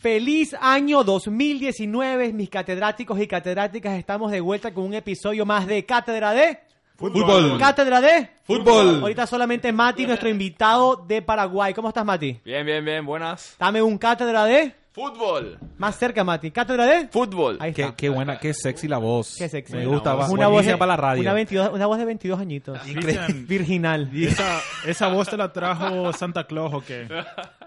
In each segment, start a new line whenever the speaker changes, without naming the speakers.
Feliz año 2019, mis catedráticos y catedráticas. Estamos de vuelta con un episodio más de Cátedra de
Fútbol.
Cátedra de
Fútbol.
Ahorita solamente Mati, nuestro invitado de Paraguay. ¿Cómo estás, Mati?
Bien, bien, bien, buenas.
Dame un cátedra de
Fútbol.
más cerca, Mati. Cátedra de
Fútbol.
Ahí
Qué,
está.
qué buena, qué sexy la voz.
Qué sexy.
Me gusta,
Buena
va,
voz.
una voz
de-
para la radio.
Una, 22 una voz de 22 añitos.
Increíble.
Virginal.
Esa, esa voz te la trajo Santa Claus o qué?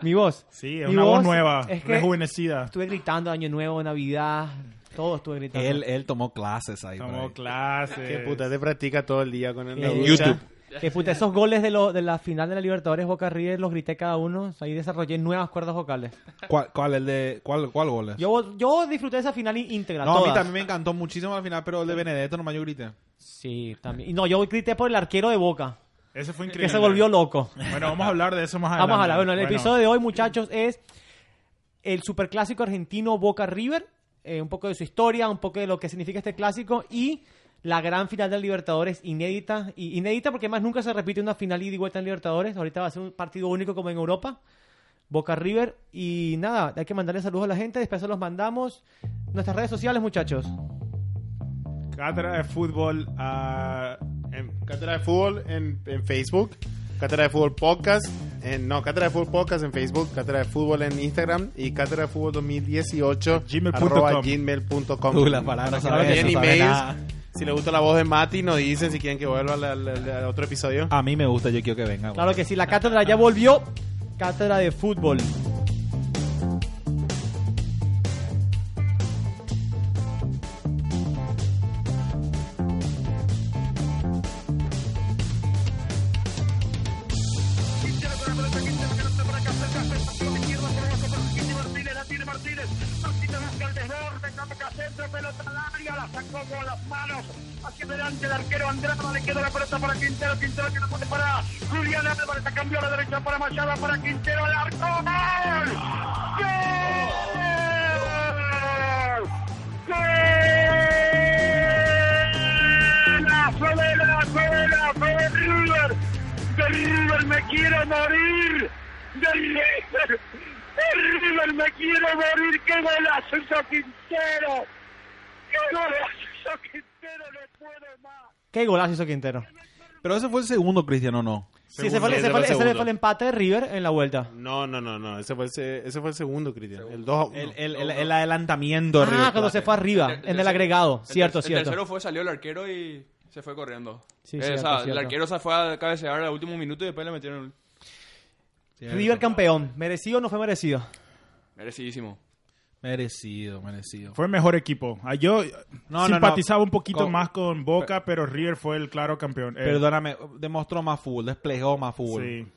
Mi voz.
Sí, es
Mi
una voz nueva,
Es que
rejuvenecida.
estuve gritando Año Nuevo, Navidad. Todo estuve gritando.
Él, él tomó clases ahí. por
Tomó
ahí.
clases.
Que puta, te practica todo el día con el
Eh,
la ducha.
YouTube. Que puta, esos goles de, lo- de la final de la Libertadores Boca River los grité cada uno. Ahí desarrollé nuevas cuerdas vocales.
¿Cuál, cuál, el de, cuál, ¿Cuál gol es?
Yo, yo disfruté esa final í- íntegra.
no, a mí
todas.
también me encantó muchísimo al final, pero el de Benedetto nomás yo grité.
Sí, también. Y no, yo grité por el arquero de Boca,
Ese fue
que
increíble.
se volvió loco.
Bueno, vamos a hablar de eso más adelante.
Vamos a hablar. Bueno, el episodio de hoy, muchachos, es el superclásico argentino Boca River. eh, un poco de su historia, un poco de lo que significa este clásico y la gran final del Libertadores inédita. Y inédita porque más nunca se repite una final ida y vuelta en Libertadores. Ahorita va a ser un partido único como en Europa. Boca River. Y nada, hay que mandarle saludos a la gente. Después se los mandamos. Nuestras redes sociales, muchachos.
Cátedra de Fútbol. ah,
En Cátedra de Fútbol en, en Facebook. Cátedra de Fútbol Podcast. En, no, Cátedra de Fútbol Podcast en Facebook. Cátedra de Fútbol en Instagram. Y Cátedra de Fútbol 2018.
Gmail.com.
arroba gmail.com.
Tú, las palabras
Ahora
sabes,
tienen
no sabes
emails.
nada.
Si le gusta la voz de Mati, nos dicen si quieren que vuelva al- al al- al otro episodio.
Ah,
A mí me gusta, yo quiero que venga.
Claro que sí, la cátedra ya volvió. Cátedra de fútbol. Qué golazo hizo Quintero.
Pero ese fue el segundo, Cristiano, no.
Sí, ese fue, el-
Segundo,
ese fue el-
ese
ese
fue el
fue el empate de River en la vuelta.
No, no, no, no. Ese fue, ese, ese fue el segundo, Cristian. El 2 a 1.
El, el, el, el adelantamiento de
Ah,
River
cuando
Plate.
se fue arriba, en el agregado. Cierto,
el ter- El
cierto.
tercero fue, salió el arquero y se fue corriendo.
Sí,
Eh,
cierto,
o sea,
cierto.
El arquero se fue a cabecear al último minuto y después le metieron el...
River campeón. ¿Merecido o no fue merecido?
Merecidísimo.
Merecido, merecido.
fue el mejor equipo. Ah, Yo
No, no,
simpatizaba
no.
un poquito
Con-
más con Boca, pero River fue el claro campeón. Eh,
Perdóname, demostró más fútbol, desplegó más fútbol.
Sí.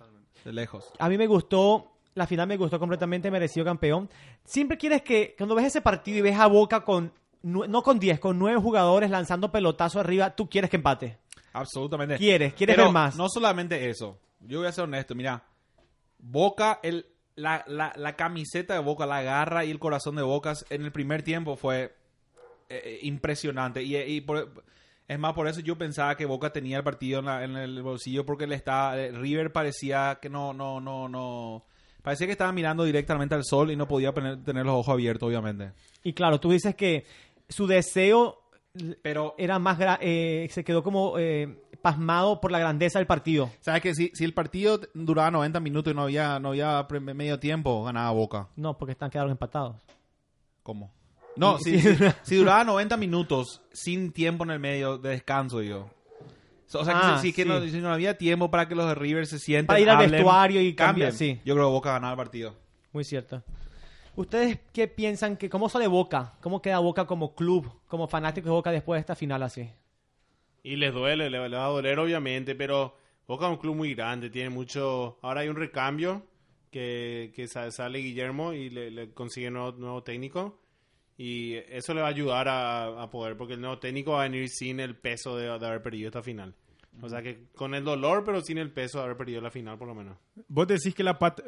De lejos.
A mí me gustó, la final me gustó completamente, merecido campeón. Siempre quieres que, cuando ves ese partido y ves a Boca con, nue- no con 10, con 9 jugadores lanzando pelotazo arriba, tú quieres que empate.
Absolutamente.
Quieres, quieres
Pero
ver más.
No solamente eso. Yo voy a ser honesto, mira. Boca, el, la, la, la camiseta de Boca, la garra y el corazón de Boca en el primer tiempo fue eh, eh, impresionante. Y, eh, y por- es más, por eso yo pensaba que Boca tenía el partido en, la- en el bolsillo porque le estaba, eh, River parecía que no, no, no, no. Parecía que estaba mirando directamente al sol y no podía poner- tener los ojos abiertos, obviamente.
Y claro, tú dices que su deseo
Pero
era más, gra- eh, se quedó como eh, pasmado por la grandeza del partido.
¿Sabes que si, si el partido duraba 90 minutos y no había, no había pre- medio tiempo, ganaba Boca?
No, porque están quedaron empatados.
¿Cómo? No, si, si, si duraba 90 minutos sin tiempo en el medio de descanso, yo. So, O sea, que
Ah,
si, si es que
sí.
no, si no había tiempo para que los de River se sienten.
Para ir al
hablen,
vestuario y cambiar,
cambien.
sí.
Yo creo que Boca ganaba el partido.
Muy cierto. ¿Ustedes qué piensan? que ¿Cómo sale Boca? ¿Cómo queda Boca como club, como fanático de Boca después de esta final así?
Y les duele, le, le va a doler obviamente, pero Boca es un club muy grande, tiene mucho... Ahora hay un recambio que, que sa- sale Guillermo y le, le consigue nuevo, nuevo técnico. Y eso le va a ayudar a, a poder, porque el nuevo técnico va a venir sin el peso de, de haber perdido esta final. O sea que con el dolor, pero sin el peso de haber perdido la final por lo menos.
Vos decís que la pat-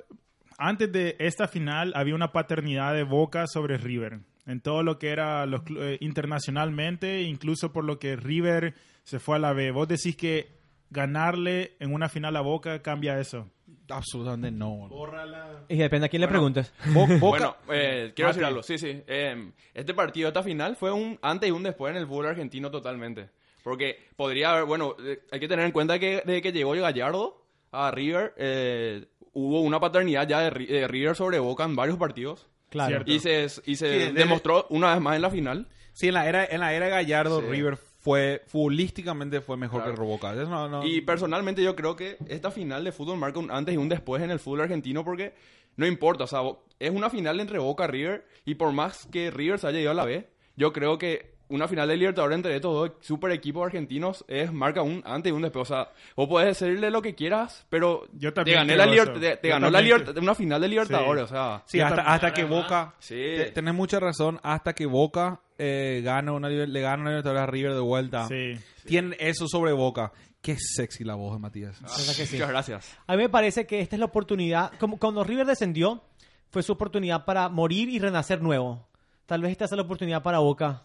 antes de esta final había una paternidad de Boca sobre River en todo lo que era los clu- eh, internacionalmente, incluso por lo que River se fue a la B. Vos decís que ganarle en una final a Boca cambia eso.
Absolutamente no. boludo.
Bórrala.
Y depende a quién le preguntes.
Bo- Boca,
Bueno, eh, quiero
Mati.
decir algo. Sí, sí. Eh, este partido, esta final, fue un antes y un después en el fútbol argentino totalmente. Porque podría haber, bueno, eh, hay que tener en cuenta que desde que llegó Gallardo a River, eh, hubo una paternidad ya de, Ri- de River sobre Boca en varios partidos.
Claro.
Cierto.
Y se, y se
Sí, desde-
demostró una vez más en la final.
Sí, en la era, en la era Gallardo, River fue futbolísticamente fue mejor
Claro.
que Roboca. Eso no- no-
Y personalmente yo creo que esta final de fútbol marca un antes y un después en el fútbol argentino porque no importa, o sea, bo- es una final entre Boca y River y por más que River se haya ido a la B, yo creo que una final de Libertadores entre estos dos super equipos argentinos es marca un antes y un después, o sea, vos podés decirle lo que quieras, pero
Yo
te
también
gané
creo
la liber-
eso.
te, te
Yo
ganó la
también
liber- una final de Libertadores, o sea,
sí,
yo
hasta,
también.
hasta que Boca.
Sí.
te- tenés mucha razón. Hasta que Boca eh, gana una, liber- le gana una Libertadores a River de
Ah.
vuelta.
Sí.
Tienen eso sobre Boca. Qué sexy la voz de Matías.
Ah,
¿Verdad que sí?
Ah, muchas gracias.
A mí me parece que esta es la oportunidad, como cuando River descendió, fue su oportunidad para morir y renacer nuevo. Tal vez esta sea la oportunidad para Boca.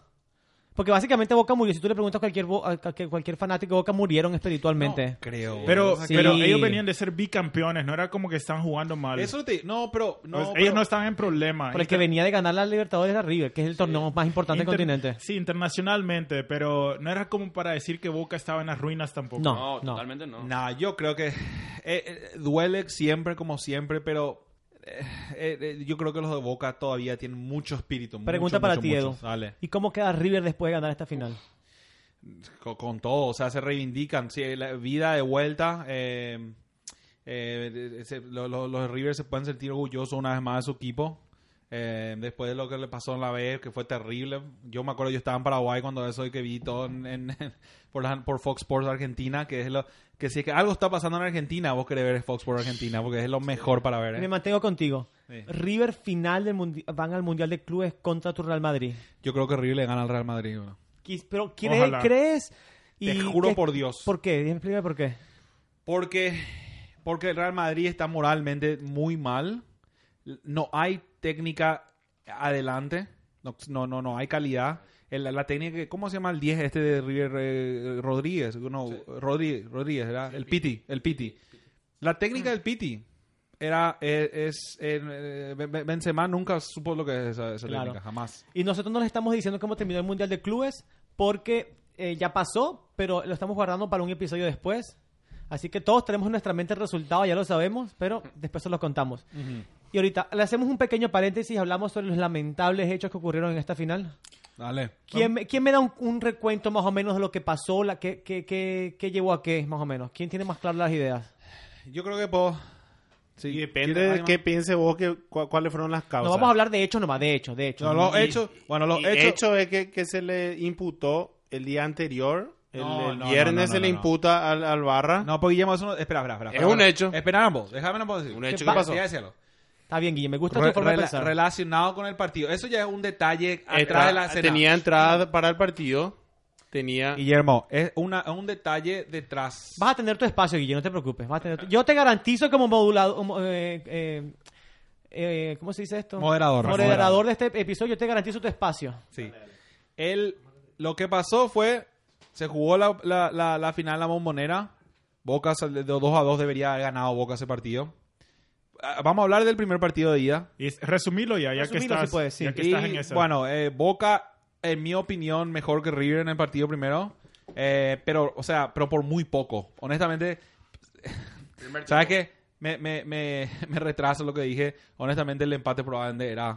Porque básicamente Boca murió. Si tú le preguntas a cualquier, bo- a cualquier- cualquier fanático de Boca, murieron espiritualmente.
Creo.
Pero,
Sí.
pero ellos venían de ser bicampeones, no era como que están jugando mal.
Eso te- no, pero no,
Pues ellos
pero-
no estaban en problemas.
Por el que venía de ganar la Libertadores era River, que es el torneo más importante del
Inter-
continente.
Sí, internacionalmente, pero no era como para decir que Boca estaba en las ruinas tampoco.
No.
No, totalmente no.
Nah, yo creo que eh, eh, duele siempre como siempre, pero eh, eh, eh, yo creo que los de Boca todavía tienen mucho espíritu. mucho,
Pregunta para
mucho,
ti,
mucho.
Edu.
Dale.
¿Y cómo queda River después de ganar esta final?
Co- Con, todo, o sea, se reivindican, sí, la vida de vuelta. eh, eh, se- lo- lo- los de River se pueden sentir orgullosos una vez más de su equipo. eh, después de lo que le pasó en la B, que fue terrible. Yo me acuerdo, yo estaba en Paraguay cuando eso y que vi todo en, en- por, la- por Fox Sports Argentina, que es lo que si es que algo está pasando en Argentina, vos querés ver Fox Sports Argentina, porque es lo mejor para ver. ¿eh?
Me mantengo contigo.
Sí.
River final del mundi- van al Mundial de Clubes contra tu Real Madrid.
Yo creo que River le gana al Real Madrid. bro.
Quis- Pero ¿cree-
Ojalá.
¿crees?
Te
Y
juro
que-
por Dios.
¿Por qué? Dime, Explícame por qué.
Porque, porque el Real Madrid está moralmente muy mal. No hay técnica adelante. No, no, no, no hay calidad. El- la técnica, que- ¿cómo se llama el 10 este de River eh, Rodríguez? No, Rodríguez, Rodríguez, era el, Piti, el Piti. La técnica del Piti era eh, es eh, Ben- Ben- Benzema nunca supo lo que es esa, esa
Claro.
técnica, jamás.
Y nosotros no les estamos diciendo cómo terminó el Mundial de Clubes porque eh, ya pasó, pero lo estamos guardando para un episodio después. Así que todos tenemos en nuestra mente el resultado, ya lo sabemos, pero después se los contamos. Y ahorita le hacemos un pequeño paréntesis y hablamos sobre los lamentables hechos que ocurrieron en esta final.
Dale.
¿Quién, me- quién me da un, un recuento más o menos de lo que pasó, la, qué, qué, qué- qué llevó a qué, más o menos? ¿Quién tiene más claras las ideas?
Yo creo que puedo... Sí.
Y depende
¿Quieres
de
alguien
qué
más?
piense vos que, cua- cuáles fueron las causas.
No vamos a hablar de hechos nomás, de hechos, de hechos.
Ah, No, los hechos... Bueno, los
Y
hechos...
hecho es que, que se le imputó el día anterior. El,
No,
el
no, no,
viernes
no, no,
se le
no, no.
imputa al, al Barra.
No, porque Guillermo, eso no... Espera, espera, espera.
Es
espera,
un
espera.
hecho.
Espera, ambos. Déjame ambos decir.
Un hecho,
Sí,
¿qué
va,
pasó?
sí, déjalo.
Está bien, Guille, me gusta
Re-
tu forma de
rela-
pensar.
relacionado con el partido. Eso ya es un detalle atrás
Entra-
de la escena.
tenía entrada para el partido. Tenía.
Guillermo, es una, un detalle detrás.
Vas a tener tu espacio, Guille, no te preocupes. Vas a tener tu- Yo te garantizo como modulado... como, eh, eh, eh, ¿Cómo se dice esto?
Moderador.
Moderador de este episodio, yo te garantizo tu espacio.
Sí. Él, lo que pasó fue, se jugó la, la, la, la final en la bombonera. Boca sal- de 2 a 2 debería haber ganado Boca ese partido. Ah, Vamos a hablar del primer partido de ida.
Y es- resumilo ya, ya que
Resumilo,
estás,
si puedes, sí.
ya que
Y,
estás en esa.
Bueno, eh, Boca, en mi opinión, mejor que River en el partido primero. Eh, pero, o sea, pero por muy poco. Honestamente, ¿sabes qué? Me, me, me, me retraso lo que dije. Honestamente, el empate probablemente era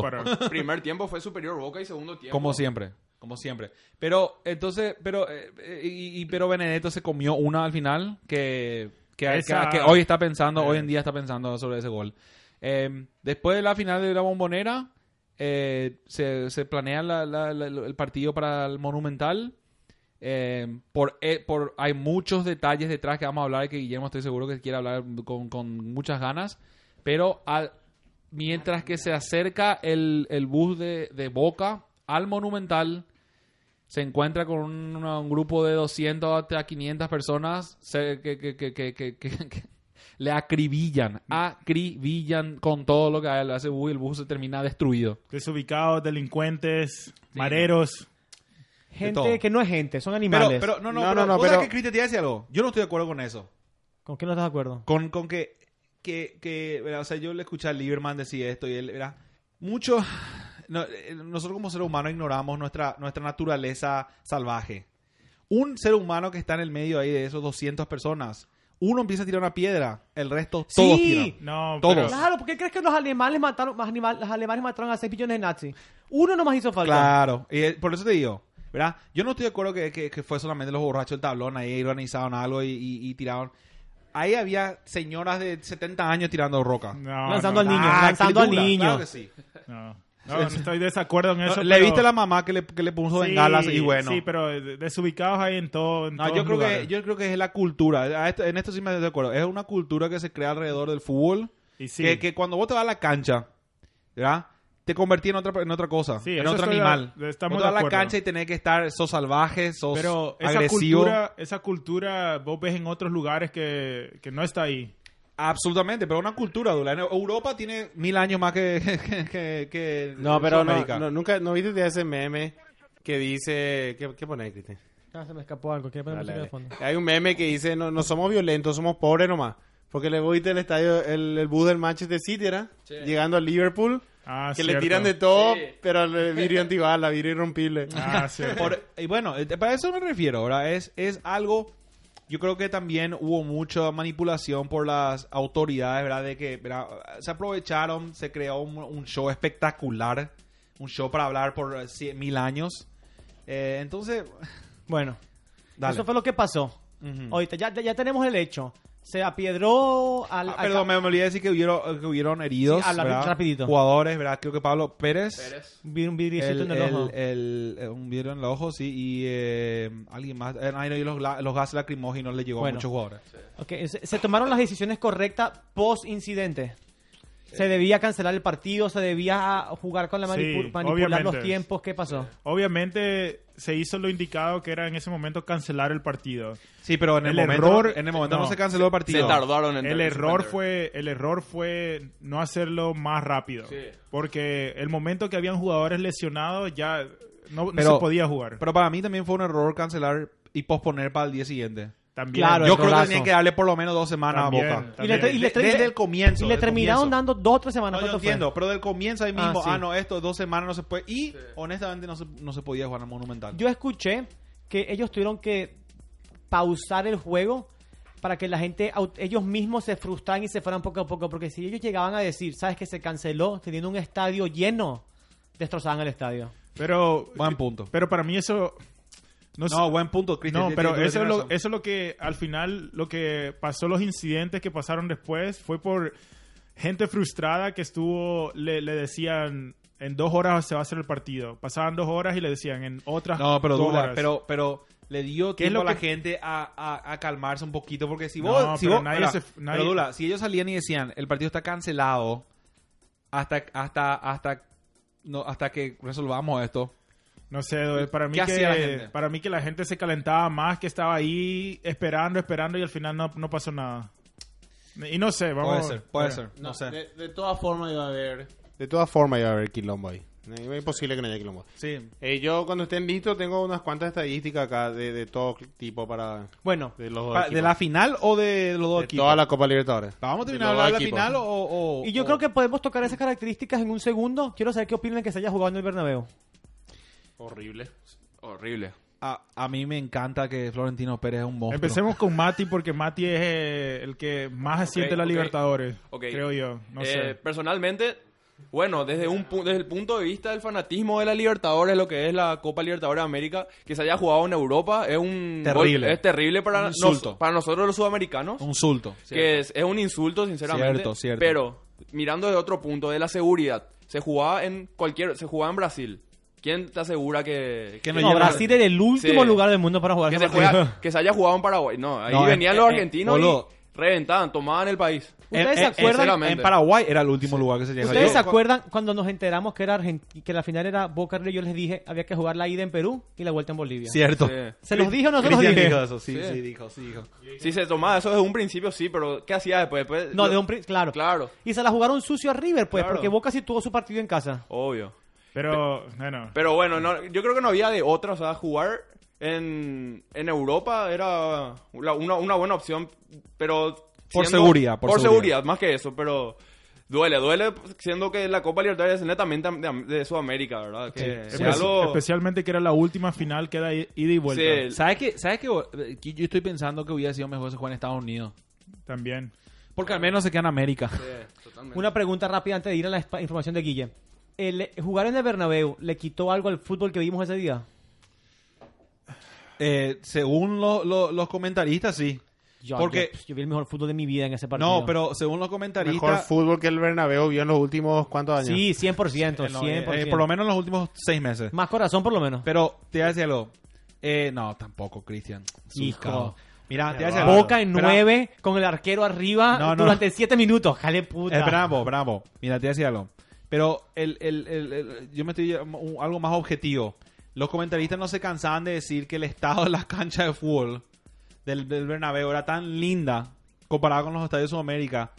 justo, para.
Primer tiempo fue superior Boca y segundo tiempo.
Como siempre. Como siempre. Pero, entonces, pero, eh, eh, y, y- pero Benedetto se comió una al final que, que, que-
Esa-
que hoy está pensando,
Eh.
hoy en día está pensando sobre ese gol. Eh, después de la final de la bombonera, eh, se, se planea la- la- la- el partido para el Monumental. Eh, por, eh, por, hay muchos detalles detrás que vamos a hablar que Guillermo estoy seguro que quiere hablar con, con muchas ganas. Pero al- mientras que se acerca el, el bus de, de Boca al Monumental, se encuentra con un, una- un grupo de 200 a 500 personas se- que, que- que- que- que- que- que le acribillan, acribillan con todo lo que hace bus y el bus se termina destruido.
Desubicados, delincuentes, mareros.
Gente
todo.
que no es gente, son animales.
Pero, pero, no, no,
No,
pero,
no, no,
vos sabés
pero-
que Cristian te iba a decir algo. Yo no estoy de acuerdo con eso.
¿Con quién no estás de acuerdo?
Con, con que que, que ¿verdad? o sea, yo le escuché a Lieberman decir esto y él, ¿verdad? Muchos, no, eh, nosotros como seres humanos ignoramos nuestra, nuestra naturaleza salvaje. Un ser humano que está en el medio ahí de esos 200 personas, uno empieza a tirar una piedra, el resto todos
Sí.
tiran.
No,
Todos.
pero-
Claro, ¿por qué crees que los alemanes mataron, más animal- los alemanes mataron a 6 millones de nazis? Uno nomás hizo falta.
Claro, y eh, por eso te digo, ¿verdad? Yo no estoy de acuerdo que, que- que fue solamente los borrachos del tablón ahí organizaron algo y, y- y tiraron. Ahí había señoras de 70 años tirando roca.
No,
lanzando
no,
al niño,
Ah,
lanzando al
criatura,
niño.
claro que sí.
No, no, no estoy de desacuerdo en
No,
eso.
le
pero-
viste a la mamá que le, que le puso
Sí,
bengalas y bueno.
Sí, pero de- desubicados ahí en todo. en
No,
todos
yo creo, que,
lugares.
yo creo que es la cultura. A esto- en esto sí me estoy de acuerdo. Es una cultura que se crea alrededor del fútbol.
Y sí.
Que, que cuando vos te vas a la cancha, ¿verdad? Te convertí en otra, en otra cosa,
Sí,
en
eso
otro
estoy de-
animal.
estamos
vos
de
te vas a la
acuerdo.
cancha y tenés que estar, sos salvaje, sos
Pero esa
agresivo.
cultura, esa cultura vos ves en otros lugares que, que no está ahí.
Absolutamente, pero una cultura, Dula. En Europa tiene mil años más que, que, que- que
No, pero no,
Sudamérica.
no, nunca, ¿no viste de ese meme que dice... ¿Qué, qué pone, Cristian?
Ah, se me escapó algo. Quiero poner
Dale,
música de
dale.
fondo.
Hay un meme que dice, no, no somos violentos, somos pobres nomás. Porque le voy al estadio, el, el bus del Manchester City, ¿era?
Sí.
Llegando a Liverpool,
Ah,
que le
cierto.
tiran de todo,
Sí.
pero el vidrio antibala, vidrio irrompible.
Ah, cierto.
Por- y bueno, eh, para eso me refiero, ahora Es, es algo. Yo creo que también hubo mucha manipulación por las autoridades, ¿verdad? De que ¿verdad? se aprovecharon, se creó un, un show espectacular, un show para hablar por eh, cien- mil años. Eh, entonces,
Bueno,
dale.
eso fue lo que pasó.
Ujú.
Ahorita ya, ya tenemos el hecho. Se apiedró al.
Ah,
al-
perdón, me, me olvidé de decir que hubieron, que hubieron heridos.
Sí, habla
¿verdad?
rapidito.
Jugadores, ¿verdad? Creo que Pablo Pérez.
Pérez.
vi un vidriecito en
el,
el, ojo.
el- el- un vidrio en los ojos, sí, y eh, alguien más. Eh, ay, no, y los, la- los gases lacrimógenos le llegó
Bueno.
a muchos jugadores.
Ok, se, se tomaron las decisiones correctas post incidente.
Eh.
Se debía cancelar el partido, se debía jugar con la
Sí,
manipu- manipular
obviamente.
los tiempos. ¿Qué pasó?
Obviamente se hizo lo indicado que era en ese momento cancelar el partido.
Sí, pero en el,
El
momento,
error-
en el momento no.
no.
se canceló el partido.
Se tardaron en
El error fue el error fue no hacerlo más rápido,
Sí.
porque el momento que habían jugadores lesionados ya no, no
Pero-
se podía jugar.
Pero para mí también fue un error cancelar y posponer para el día siguiente.
También
Claro,
Yo
el
creo que
golazo.
tenían que darle por lo menos dos semanas
También,
a Boca.
también. Y le te-
y le
De-
te-
desde el comienzo.
y le
del
terminaron
comienzo.
dando dos o tres semanas.
No, yo
¿Cuánto fue?
entiendo, pero del comienzo ahí
Ah,
mismo, ah,
sí.
no, esto dos semanas no se puede. Y honestamente no se, no se podía jugar al Monumental.
Yo escuché que ellos tuvieron que pausar el juego para que la gente, au- ellos mismos se frustraran y se fueran poco a poco. Porque si ellos llegaban a decir, ¿sabes que se canceló? Teniendo un estadio lleno, destrozaban el estadio.
Pero
Buen punto.
Pero para mí eso no, sé-
No, buen punto, Cristian.
no,
Tienes-
pero
tienes
eso es, lo,
razón.
eso es lo que al final, lo que pasó, los incidentes que pasaron después, fue por gente frustrada que estuvo, le, le decían, en dos horas se va a hacer el partido. Pasaban dos horas y le decían, en otras
No, pero
dos
Dula,
horas.
pero, pero le dio
¿Qué es
tiempo
lo
a la
que-
gente a, a- a calmarse un poquito, porque si
No,
vos, si
pero
vos-
nadie
espera,
se- nadie-
pero Dula, si ellos salían y decían el partido está cancelado hasta hasta hasta no, hasta que resolvamos esto.
No sé, Doe, para mí,
¿Qué hacía la
que,
gente?
para mí que la gente se calentaba más, que estaba ahí esperando, esperando y al final no, no pasó nada. Y no sé, vamos
puede ser, puede
bueno.
ser, no, eh, sé.
De, todas formas iba a haber... De todas formas iba a haber quilombo ahí. Es imposible que no haya quilombo.
Sí.
Eh, yo cuando estén listos tengo unas cuantas estadísticas acá de, de todo tipo para...
Bueno,
De los dos
Pa- Ah, ¿De
equipos.
la final o de los dos
De
equipos?
toda la Copa Libertadores.
Vamos a terminar
de
de
los
hablar de la
dos equipos.
final o, o-
y yo
o-
creo que podemos tocar esas características en un segundo. Quiero saber qué opinan que se haya jugado en el Bernabéu.
Horrible. Horrible.
a, a mí me encanta que Florentino Pérez es un monstruo.
Empecemos con Mati porque Mati es eh, el que más asiente a la
ok.
Libertadores,
Ok.
creo yo. No
Eh,
sé.
Personalmente, bueno, desde, un, pu- desde el punto de vista del fanatismo de la Libertadores, lo que es la Copa Libertadores de América, que se haya jugado en Europa, es un...
Terrible.
gol- es terrible para,
Un
nos-
insulto.
para nosotros los sudamericanos.
un sulto.
que es, es un insulto, sinceramente.
Cierto, cierto.
Pero, mirando de otro punto, de la seguridad, se jugaba en cualquier... Se jugaba en Brasil. ¿Quién te asegura que...
Que
que-
no
No,
llegaron.
Brasil era el último
Sí.
lugar del mundo para jugar
que
ese
se,
partido.
juega- que se haya jugado en Paraguay. No, ahí
No,
venían
eh,
los
eh,
argentinos
boludo.
y reventaban, tomaban el país.
¿Ustedes se
En- en-
acuerdan?
En
Sinceramente.
Paraguay era el último lugar que se llegó.
¿Ustedes
Yo-
se acuerdan cuando nos enteramos que era Argent- que la final era Boca River? Yo les dije, había que jugar la ida en Perú y la vuelta en Bolivia.
Cierto.
Sí.
¿Se los dije o no se los
Cristian
dije?
dijo eso, sí,
Sí.
sí, dijo, sí, dijo.
Sí, se tomaba eso desde un principio, sí, pero ¿qué hacía después? Después-
No,
lo-
de un pri- claro.
Claro.
Y se la jugaron sucio a River, pues,
Claro.
porque Boca sí tuvo su partido en casa.
Obvio.
Pero, bueno,
Pero bueno, no- yo creo que no había de otra, o sea, jugar en, en Europa era la- una, una buena opción, pero
Por
siendo-
seguridad, por seguridad.
más que eso, pero duele, duele siendo que la Copa Libertadores es netamente de, de Sudamérica, ¿verdad? Que
Espe-
es algo...
Especialmente que era la última final que era i- ida y vuelta.
Sí,
¿Sabes qué? ¿Sabes qué? Eh, que Yo estoy pensando que hubiera sido mejor si juega en Estados Unidos.
También.
Porque al menos se queda en América.
sí, totalmente.
Una pregunta rápida antes de ir a la espa- información de Guille. ¿El jugar en el Bernabéu le quitó algo al fútbol que vimos ese día?
Eh, según lo- lo- los comentaristas, sí.
Yo,
Porque-
yo, yo vi el mejor fútbol de mi vida en ese partido.
No, pero según los comentaristas...
Mejor fútbol que el Bernabéu vio en los últimos cuántos años.
Sí, 100%,
en los- eh,
100%.
eh, por lo menos en los últimos seis meses.
Más corazón, por lo menos.
Pero te voy a decir algo. Eh, no, tampoco, Cristian.
Hijo.
Surcado. Mira, te voy a decir algo.
Boca en
Espera,
nueve, con el arquero arriba
No, no.
durante siete minutos. Jale puta.
Eh, bravo, bravo. Mira, te decía algo. Pero el, el- el- el- yo me estoy llevando un- algo más objetivo. Los comentaristas no se cansaban de decir que el estado de las canchas de fútbol del, del Bernabéu era tan linda comparado con los estadios de Sudamérica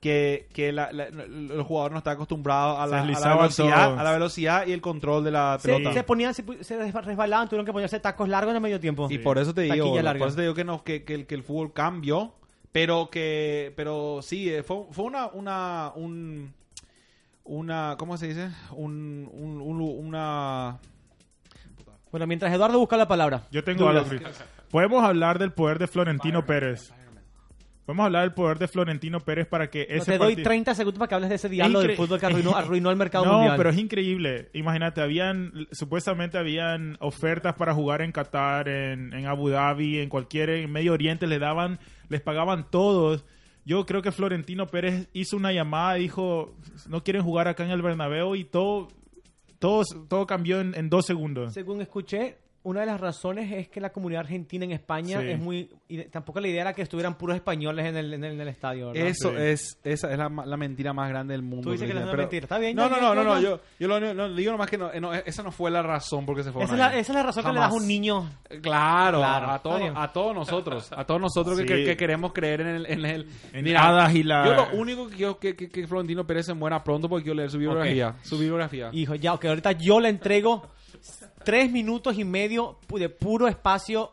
que, que la- la- el jugador no está acostumbrado a la, a la
deslizaba
velocidad,
todo.
a la velocidad y el control de la pelota.
se, se ponían, se, pu- se resba- resbalaban, tuvieron que ponerse tacos largos en el medio tiempo.
Y por eso te digo,
Taquilla
boludo,
larga.
por eso te digo que, no, que, que el, que el fútbol cambió, pero que, pero sí, eh, fue, fue una, una, un, una, ¿cómo se dice? Un, un, un- una,
Bueno, mientras Eduardo busca la palabra.
Yo tengo algo. Fritz. Podemos hablar del poder de Florentino Pérez. Podemos hablar del poder de Florentino Pérez para que
No,
ese
te doy
parti-
30 segundos para que hables de ese diálogo del
Incre-
fútbol que arruinó, arruinó el mercado
no,
mundial.
pero es increíble. Imagínate, habían supuestamente habían ofertas para jugar en Qatar, en, en Abu Dhabi, en cualquier en Medio Oriente les daban, les pagaban todos. Yo creo que Florentino Pérez hizo una llamada, dijo, no quieren jugar acá en el Bernabéu y todo, todo, todo cambió en, en dos segundos.
Según escuché, una de las razones es que la comunidad argentina en España
Sí.
es muy... y tampoco la idea era que estuvieran puros españoles en el, en el- en el estadio, ¿verdad?
eso
Sí.
es, esa es la, ma- la mentira más grande del mundo.
Tú dices que la es
Cristian,
una
pero-
mentira. Está bien, ya,
No, no,
ya,
no,
ya,
no, no,
ya.
yo, yo lo, lo digo nomás que no, eh, no, eh, esa no fue la razón porque se fue.
Esa es, la, esa es la razón que le das a un niño.
Claro,
Claro,
a, a
está
todos,
bien.
a todos nosotros, a todos nosotros que-
Sí.
que, que queremos creer en el... En el
En hadas y la-
Yo lo único que quiero que, que, que Florentino Pérez se muera pronto porque quiero leer su biografía. Su biografía.
Hijo, ya, ok, ahorita yo le entrego tres minutos y medio pu- de puro espacio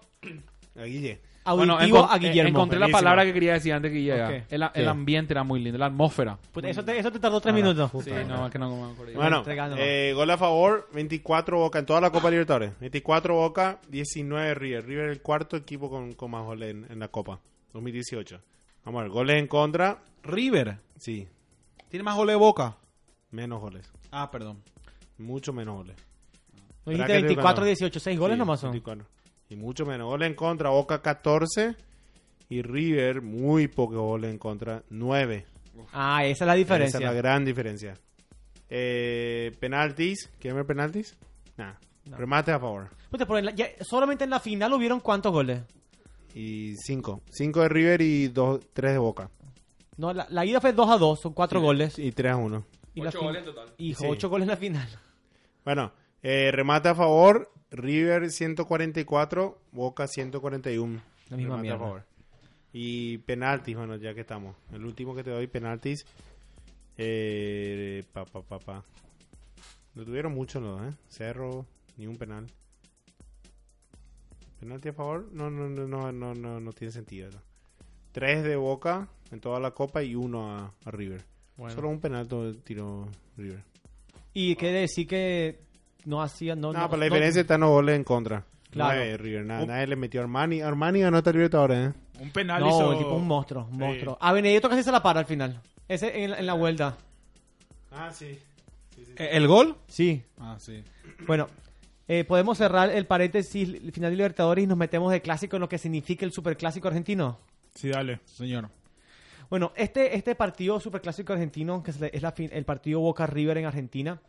A Guille.
auditivo
encon-
a
eh,
Guillermo.
encontré la
Buenísimo.
palabra que quería decir antes que llegara.
Ok.
El, el ambiente era muy lindo, la atmósfera.
Puta, eso, te, eso te tardó tres minutos.
Sí, no, es que no me acuerdo.
Bueno,
entregando.
eh, gol a favor, 24 Boca en toda la Copa Libertadores. 24 Boca, 19 River. River el cuarto equipo con, con más goles en, en la Copa 2018. Vamos a ver, goles en contra,
River.
sí,
¿Tiene más goles de Boca?
menos goles.
Ah, perdón.
Mucho menos goles.
No dijiste
¿verdad que te
24,
ganó?
18, 6 goles
Sí,
nomás son.
24. Y mucho menos goles en contra, Boca 14 y River muy pocos goles en contra, 9.
Ah, esa es la diferencia.
Esa es la gran diferencia. Eh, penaltis, ¿quieren ver penaltis? Nah. Remate a favor.
Puta, Pues, pero en la- ya- solamente en la final hubieron cuántos goles.
Y cinco. Cinco de River y dos, tres de Boca.
No, la, la ida fue 2 a 2, son 4 goles.
Y tres a uno.
Y la
Ocho
fin-
goles en total.
Hijo,
Sí.
8 goles en la final.
Bueno, eh, remate a favor. River 144, Boca 141.
La misma
Remate
mierda.
Y penaltis, bueno, ya que estamos. El último que te doy, penaltis. Eh, pa, pa, pa, pa. No tuvieron mucho, ¿no? ¿eh? Cerro, ni un penal. ¿Penalti a favor? No, no, no, no, no, no, no tiene sentido. eso. Tres de Boca en toda la copa y uno a, a River. Solo un penal to- tiró River.
Y quiere decir que no hacía. No,
No, pero la diferencia está en los goles en contra.
Claro.
Nueve, River,
Oh.
nada,
Un-
nadie le metió a Armani. Armani ganó esta Libertadores, ¿eh?
Un
No,
penal
no
hizo-
el tipo es un monstruo, un
Sí.
monstruo. A Benedetto casi se la para al final. Ese en, en la vuelta.
Ah, sí.
¿Eh, ¿El gol?
Sí.
Ah, sí.
Bueno, eh, podemos cerrar el paréntesis el final de Libertadores y nos metemos de clásico en lo que significa el superclásico argentino.
Sí, dale.
Señor.
Bueno, este, este partido superclásico argentino, que es la- es la fin- el partido Boca River en Argentina,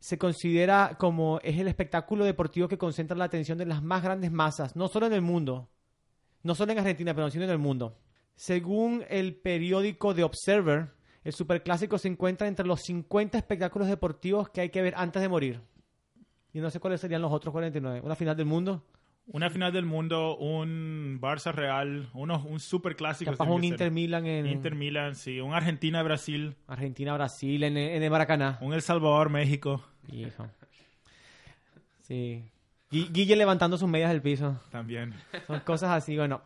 se considera como es el espectáculo deportivo que concentra la atención de las más grandes masas, no solo en el mundo, no solo en Argentina, pero sino en el mundo. Según el periódico The Observer, el superclásico se encuentra entre los 50 espectáculos deportivos que hay que ver antes de morir. Y no sé cuáles serían los otros 49. Una final del mundo,
Una final del mundo, un Barça Real, unos, un super clásico.
capaz un Inter Milan en
Inter Milan, sí. Un Argentina-Brasil.
Argentina, Brasil, en, en el Maracaná.
Un El Salvador, México.
Hijo. Sí. Gui- Guille levantando sus medias del piso.
También.
Son cosas así, bueno.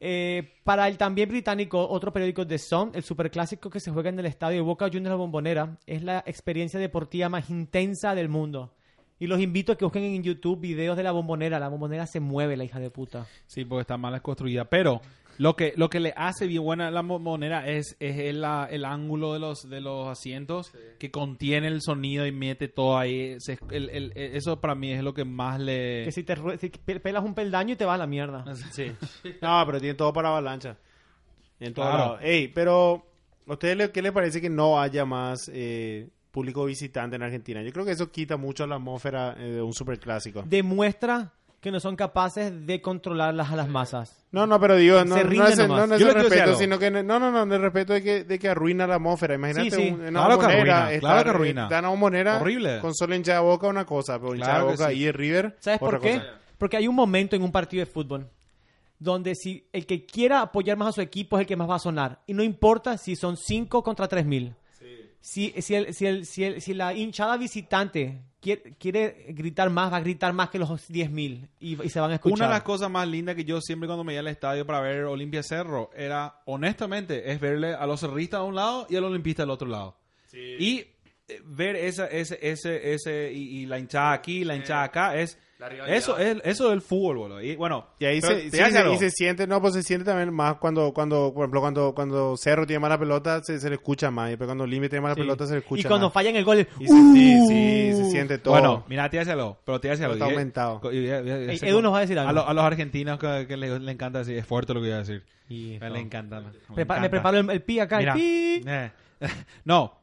Eh, para el también británico, otro periódico The Sun, el superclásico que se juega en el estadio de Boca Juniors La Bombonera, es la experiencia deportiva más intensa del mundo. Y los invito a que busquen en YouTube videos de La Bombonera. La Bombonera se mueve, la hija de puta.
Sí, porque está mal construida. Pero lo que, lo que le hace bien buena la mo- moneda es, es el, ah, el ángulo de los, de los asientos que contiene el sonido y mete todo ahí. Se- el- el- el- eso para mí es lo que más le...
Que si te rue- si pe- pelas un peldaño y te vas a la mierda.
Sí. No, pero tiene todo para avalancha. En todo
Claro.
lado. Ey, pero ¿a ustedes le- qué le parece que no haya más eh, público visitante en Argentina? Yo creo que eso quita mucho la atmósfera eh, de un superclásico.
Demuestra que no son capaces de controlarlas a las masas.
No, no, pero digo, no,
Se
no
rinden
es, el-
nomás.
no, no es
Yo le
el
quiero decir
respeto,
algo.
sino que no, no, no, no el respeto de que, de que arruina la atmósfera. Imagínate
Sí, sí.
un- en una
Claro que
bombonera
arruina,
estar-
claro que arruina.
estar en una bombonera
Horrible.
con solo hinchada de boca una cosa, pero hinchada
Claro
de
que
boca
sí.
y el River.
¿Sabes
otra
por qué?
cosa.
Porque hay un momento en un partido de fútbol donde si el que quiera apoyar más a su equipo es el que más va a sonar. Y no importa si son 5 contra 3000. Si, si, el- si, el- si, el- si la hinchada visitante quiere, quiere gritar más, va a gritar más que los 10.000 y, y se van a escuchar.
Una de las cosas más lindas que yo siempre cuando me iba al estadio para ver Olimpia Cerro era, honestamente, es verle a los cerristas de un lado y a los olimpistas del otro lado. Y eh, ver esa, ese, ese, ese, y, y la hinchada aquí, la hinchada acá, es...
La rivalidad.
Eso es, eso del fútbol, boludo. Y bueno,
Y ahí
pero
se,
te
sí,
voy a decir
se-
algo.
y se siente, no, pues se siente también más cuando, cuando por ejemplo, cuando, cuando Cerro tiene mala pelota, se, se le escucha más. Y después cuando Lime tiene mala
Sí.
pelota, se le escucha
Y cuando
más.
fallan el gol, uh,
Y se, sí, sí, se siente todo.
Bueno, mira, te pero te
Está aumentado.
Ey, eh, Edu nos va a decir algo.
A, lo- a los argentinos que, que le, le encanta decir, es fuerte lo que voy a decir.
Y-
le encanta. le
Prepa-
encanta.
me preparo el, el pi acá. el
Mira,
pi.
eh, no.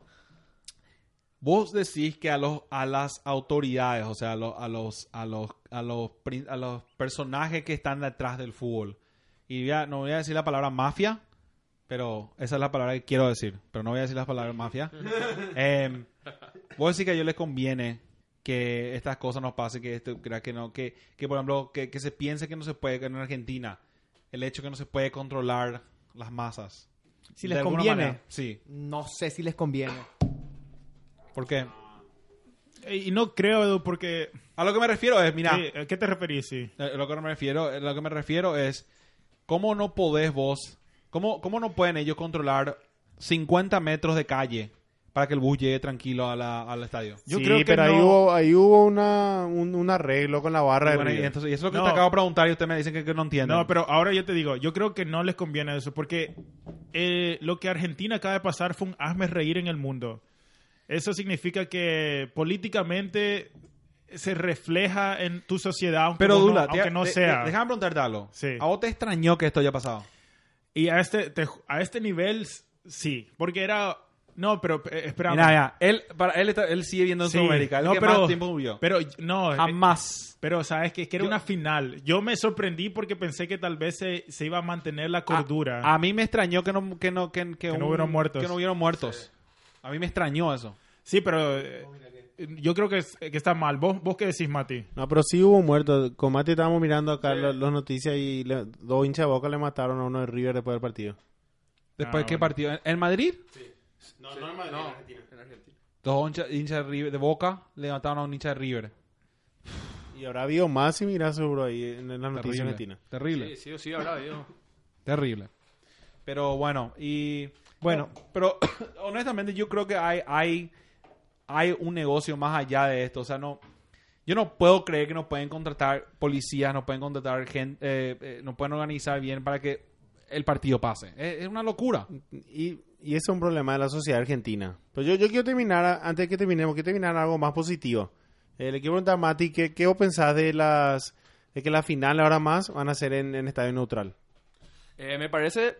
Vos decís que a los a las autoridades, o sea, a los a los a los a los, prin- a los personajes que están detrás del fútbol. Y voy a- no voy a decir la palabra mafia, pero esa es la palabra que quiero decir, pero no voy a decir la palabra mafia. Em, vos decís que a ellos les conviene que estas cosas nos pasen, que esto, que que no, que, que por ejemplo, que, que se piense que no se puede que en Argentina, el hecho que no se puede controlar las masas.
Si
De
les
alguna
conviene.
manera, Sí.
No sé si les conviene.
¿Por qué?
Y no creo, Edu, porque...
A lo que me refiero es, mira,
Sí, ¿a ¿Qué te referís? Sí.
eh, lo que me refiero, eh, lo que me refiero es cómo no podés vos, cómo, cómo no pueden ellos controlar 50 metros de calle para que el bus llegue tranquilo a la- al estadio.
Yo
sí,
creo que
pero ahí
no-
hubo, ahí hubo una, un, un arreglo con la barra
Y
de
bueno, y
River.
entonces- y eso es lo
No.
que te acabo de preguntar y ustedes me dicen que, que no entienden.
No, pero ahora yo te digo, yo creo que no les conviene eso, porque eh, lo que Argentina acaba de pasar fue un hazme reír en el mundo. Eso significa que políticamente se refleja en tu sociedad, aunque
Pero
vos no-
Dula, te-
aunque no
te-
sea.
te- déjame preguntarte algo.
Sí.
¿A vos te extrañó que esto haya pasado?
Y a este, te ju- a este nivel, s- sí, porque era... No, pero eh, espera.
Mira, mira, él, para, él, está- él sigue viendo en
Sí.
Sudamérica. El
No,
que
pero-
más tiempo vivió.
Pero no, eh,
Jamás.
Pero sabes que es que era una final. Yo me sorprendí porque pensé que tal vez se, se iba a mantener la cordura.
A, a mí me extrañó que no, que no, que, que
no hubieron muertos.
Que no hubieron muertos. A mí me extrañó eso.
Sí, pero eh, yo creo que, es- que está mal. ¿Vos, ¿Vos qué decís, Mati?
No, pero sí hubo muertos. Con Mati estábamos mirando acá lo- las noticias y le- dos hinchas de boca le mataron a uno de River después del partido.
Después,
Ah,
¿qué
bueno.
partido? ¿En- ¿En Madrid?
No, no, no.
Dos hincha- hinchas de, River- de Boca le mataron a un hincha de River.
Y habrá habido más si mirás seguro ahí en, en las noticias
Terrible.
argentinas.
Sí,
Terrible.
sí o sí, habrá habido.
Terrible. Pero bueno, y...
Bueno.
no, pero honestamente yo creo que hay, hay, hay un negocio más allá de esto. O sea, no... Yo no puedo creer que no pueden contratar policías, no pueden contratar gente, eh, eh, no pueden organizar bien para que el partido pase. Es, es una locura.
Y, y ese es un problema de la sociedad argentina. Pero yo, yo quiero terminar, a- antes de que terminemos, quiero terminar algo más positivo. Eh, le quiero preguntar a Mati, ¿qué, qué vos pensás de las de que la final ahora más van a ser en, en estadio neutral?
Eh, me parece.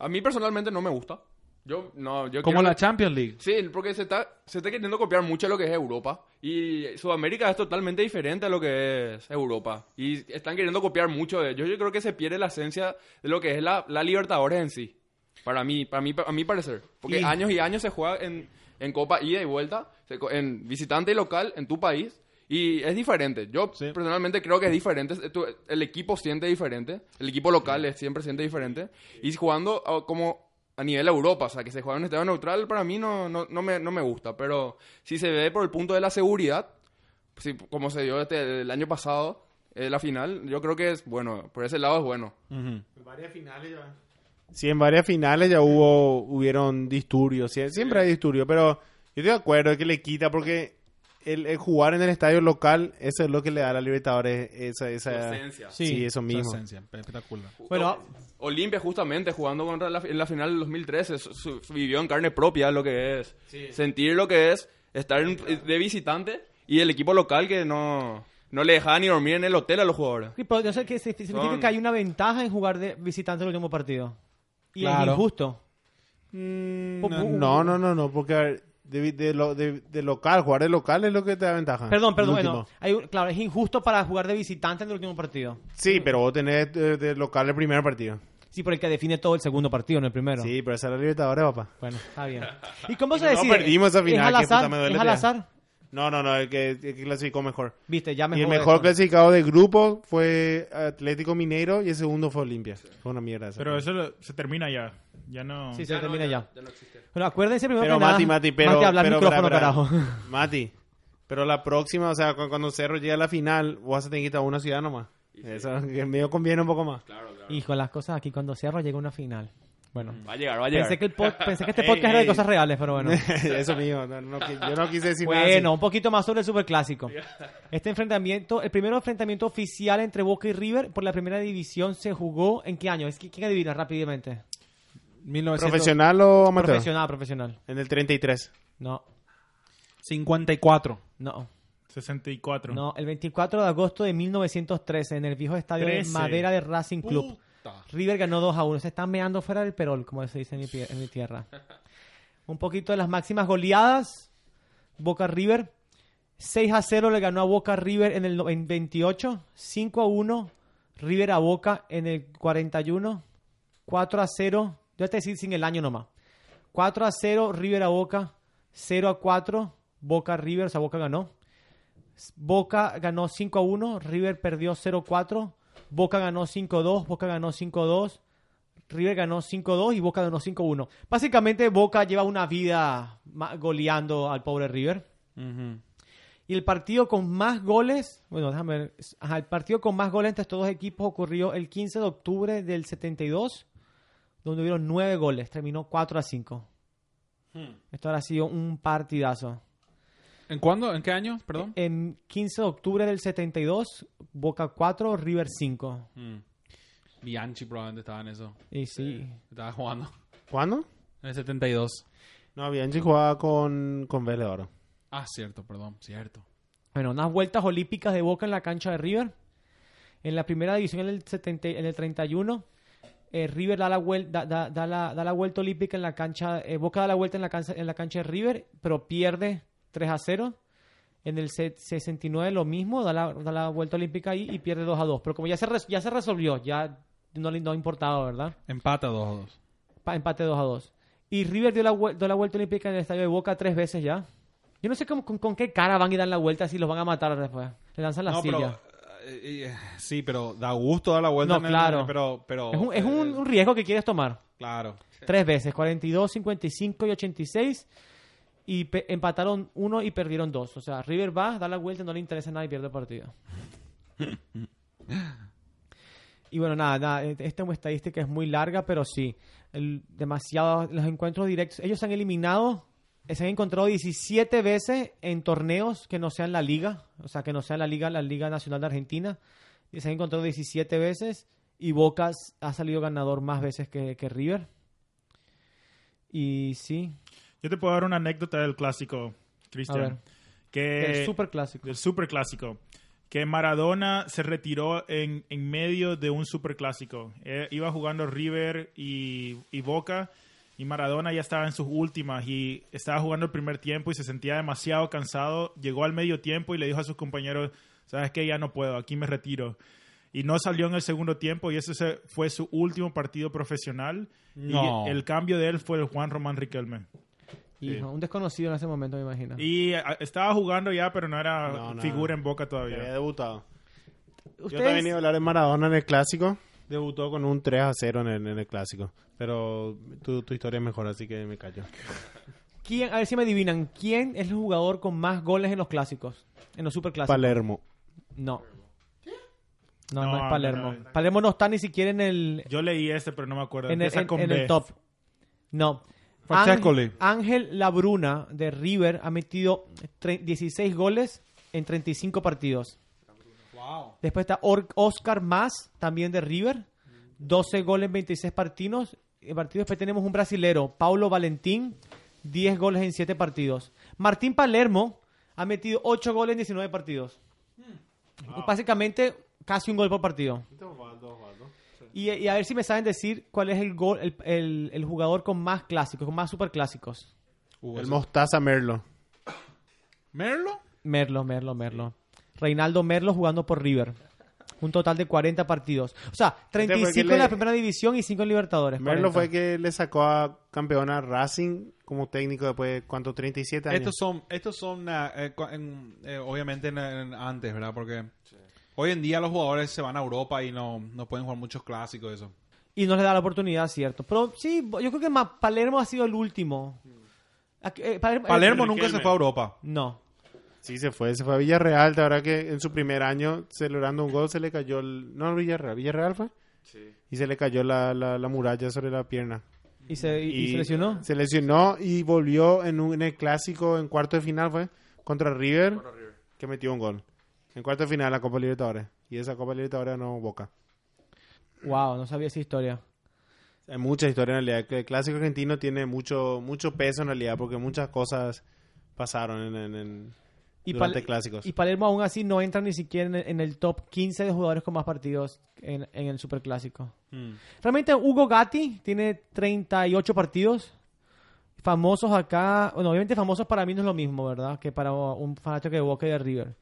A mí personalmente no me gusta. Yo, no, yo
Como
quiero-
la Champions League.
Sí, porque se está, se está queriendo copiar mucho lo que es Europa. Y Sudamérica es totalmente diferente a lo que es Europa. Y están queriendo copiar mucho de ellos. Yo creo que se pierde la esencia de lo que es la, la Libertadores en sí. Para mí, para mí, a mi parecer. Porque
Y-
años y años se juega en, en Copa ida y vuelta, se co- en visitante y local, en tu país. Y es diferente. Yo
Sí.
personalmente creo que es diferente. Es- tú- El equipo siente diferente. El equipo local es siempre siente diferente. Y jugando a- como a nivel Europa, o sea, que se juega en un estadio neutral, para mí no, no, no, me, no me gusta. Pero si se ve por el punto de la seguridad, sí, como se dio este, el año pasado, eh, eh, la final, yo creo que es bueno, por ese lado es bueno.
En varias finales ya. Sí, en varias finales ya hubo, hubieron disturbios. sí, Siempre hay disturbios, pero yo estoy de acuerdo que le quita porque el, el jugar en el estadio local, eso es lo que le da a la Libertadores esa... esa
Esencia.
sí, eso mismo.
espectacular.
Bueno,
Olimpia justamente jugando contra la, en la final del 2013 su- su- vivió en carne propia lo que es sentir lo que es estar en- de visitante y el equipo local que no no le dejaba ni dormir en el hotel a los jugadores.
sí, pero yo sé que se- significa
Son-
que hay una ventaja en jugar de visitante el último partido. Y
Claro.
es injusto.
Mm,
Popu-
No, no, no, no, porque a ver, de, de lo- de- de local, jugar de local es lo que te da ventaja.
Perdón, perdón,
Ah, El
bueno,
último.
hay un- claro, es injusto para jugar de visitante en el último partido.
Sí, pero vos tenés de, de local el primer partido.
Sí, por el que define todo el segundo partido, no el primero.
Sí, pero esa es la Libertadores, papá.
Bueno, está bien. ¿Y cómo se
no
decide?
perdimos esa final,
¿Es al
qué puta
azar?
me duele,
¿Es al
tía.
azar?
No, no, no, el que, el que clasificó mejor.
Viste, ya me
y el
jode
mejor
esto.
clasificado del grupo fue Atlético Mineiro y el segundo fue Olimpia. Fue una mierda esa.
Pero eso lo- se termina ya. Ya no.
Sí, se termina ya. Bueno, acuérdense primero
Pero
que nada,
Mati, Mati, pero.
Mati, habla al
pero,
micrófono,
pará, pará.
carajo.
Mati, pero la próxima, o sea, cu- cuando Cerro llegue a la final, vos vas a tener que ir a una ciudad nomás. Eso que medio conviene un poco más.
Hijo, las cosas aquí cuando cierro llega una final. Bueno,
Va a llegar, va a llegar.
pensé que, el pod- pensé que este
Ey,
podcast era de
ey.
cosas reales, pero bueno.
Eso mío, no, no, que- yo no quise decir nada.
Bueno,
así.
un poquito más sobre el superclásico. Este enfrentamiento, el primer enfrentamiento oficial entre Boca y River por la primera división se jugó en qué año? Es que quién adivina rápidamente. pues,
1954.
¿Profesional o amateur?
Profesional, profesional.
En el 33.
No, no.
64.
No, el 24 de agosto de 1913 en el viejo estadio
Trece.
de Madera de Racing Club. River ganó 2 a 1. Se están meando fuera del perol, como se dice en mi, pie- en mi tierra. Un poquito de las máximas goleadas. Boca River. 6 a 0 le ganó a Boca River en el no- en 28. 5 a 1 River a Boca en el 41. 4 a 0. Yo te decir sin el año nomás. 4 a 0 River a Boca. 0 a 4 Boca River. O sea, Boca ganó. Boca ganó 5 a 1, River perdió 0 4, Boca ganó 5 a 2, Boca ganó 5 a 2, River ganó 5 a 2 y Boca ganó 5 a 1. Básicamente Boca lleva una vida ma- goleando al pobre River. Y el partido con más goles, bueno, déjame ver, ajá, el partido con más goles entre estos dos equipos ocurrió el 15 de octubre del 72, donde hubieron 9 goles, terminó 4 a 5. Esto ahora ha sido un partidazo.
¿En cuándo? ¿En qué año? Perdón.
En 15 de octubre del 72, Boca 4, River 5.
Hmm. Bianchi probablemente estaba en eso.
Y sí.
Estaba jugando.
¿Cuándo?
En el 72.
No, Bianchi jugaba con, con Vélez ahora.
Ah, cierto, perdón, cierto.
Bueno, unas vueltas olímpicas de Boca en la cancha de River. En la primera división, en el, 70 y- en el 31, eh, River da la, vuel- da- da- da la- da la vuelta olímpica en la cancha. eh, Boca da la vuelta en la, cancha, en la cancha de River, pero pierde 3 a 0. En el se- 69 lo mismo, da la, da la vuelta olímpica ahí y pierde 2 a 2. Pero como ya se, res- ya se resolvió, ya no le no ha importado, ¿verdad?
Empata 2 2.
Pa- empate 2 a 2. Y River dio la, vuel- dio la vuelta olímpica en el estadio de Boca tres veces ya. Yo no sé cómo- con, con qué cara van y dan la vuelta si los van a matar después. Le lanzan la
No, pero,
silla.
eh, eh, sí, pero da gusto dar la vuelta.
No,
en el-
claro.
pero, pero,
es un, es un-
eh,
un riesgo que quieres tomar.
claro.
Tres veces, 42, 55 y 86. Y pe- empataron uno y perdieron dos. O sea, River va, da la vuelta, no le interesa nada y pierde el partido. y bueno, nada, nada, eh, esta estadística es muy larga, pero sí. el- demasiado, los encuentros directos. Ellos se han eliminado, eh, se han encontrado 17 veces en torneos que no sean la liga. O sea, que no sea la liga, la Liga Nacional de Argentina. Y se han encontrado 17 veces. Y Boca s- ha salido ganador más veces que, que River. Y sí,
Yo te puedo dar una anécdota del clásico,
A ver.
Cristian. Que
es súper clásico.
del superclásico. Que Maradona se retiró en, en medio de un superclásico. Eh, iba jugando River y, y Boca. Y Maradona ya estaba en sus últimas y estaba jugando el primer tiempo y se sentía demasiado cansado. Llegó al medio tiempo y le dijo a sus compañeros, sabes que ya no puedo, aquí me retiro. Y no salió en el segundo tiempo y ese se- fue su último partido profesional.
No.
Y el cambio de él fue el Juan Román Riquelme.
Hijo, un desconocido en ese momento, me imagino.
Y a- estaba jugando ya, pero no era
No, no.
figura en boca
Que Había
todavía.
debutado. Yo
Ustedes-
también iba a hablar de Maradona en el clásico. Debutó con un 3 a 0 en el, en el clásico. Pero tu, tu historia es mejor, así que me callo.
¿quién, a ver si me adivinan, ¿quién es el jugador con más goles en los clásicos? En los superclásicos.
Palermo.
No. No, no,
No,
es
no,
Palermo.
no, no.
Palermo no está ni siquiera en el,
Yo leí este, pero no me acuerdo.
en el,
Empieza
en-
con
en
B.
el top. No.
Francescoli.
Ángel, Ángel Labruna de River ha metido tre- 16 goles en 35 partidos.
Wow.
Después está Or- Oscar Más, también de River. 12 goles en 26 partidos. Eh, partidos. Después tenemos un brasilero, Paulo Valentín, 10 goles en 7 partidos. Martín Palermo ha metido 8 goles en 19 partidos.
Hmm.
Básicamente, casi un gol por partido. Y, y a ver si me saben decir cuál es el gol, el, el- el jugador con más clásicos, con más superclásicos.
El Mostaza Merlo.
Uh, ¿Merlo?
Merlo, Merlo, Merlo. Reinaldo Merlo jugando por River. Un total de 40 partidos. O sea,
Este fue el que
35 en
le-
la primera división y 5 en Libertadores.
Merlo
40.
fue el que le sacó a campeona Racing como técnico después de cuánto, 37 años.
Estos son, estos son ah, eh, cua- en- eh, obviamente en- en- antes, ¿verdad? Porque hoy en día los jugadores se van a Europa y no, no pueden jugar muchos clásicos eso.
Y no le da la oportunidad, cierto. Pero sí, yo creo que Ma- Palermo ha sido el último. Aquí- eh, Palermo, eh,
Palermo nunca se
Riquelme.
fue a Europa.
No.
Sí, se fue, se fue a Villarreal. La verdad que en su primer año, celebrando un gol, se le cayó el. No, Villarreal, Villarreal fue. Y se le cayó la, la, la muralla sobre la pierna.
Y se, y- y se lesionó.
Se lesionó y volvió en, un, en el clásico, en cuarto de final fue, contra River, que metió un gol. En cuarto de final, la Copa Libertadores. Y esa Copa Libertadores no boca.
Wow, no sabía esa historia.
Hay mucha historia en realidad. que El clásico argentino tiene mucho, mucho peso en realidad, porque muchas cosas pasaron en, en- en-
Y
durante
Pal-
clásicos.
Y Palermo aún así no entra ni siquiera en el, en el top 15 de jugadores con más partidos en, en el Superclásico.
Hmm.
Realmente Hugo Gatti tiene 38 partidos. Famosos acá, bueno, obviamente famosos para mí no es lo mismo, ¿verdad? Que para un fanático de Boca y de River.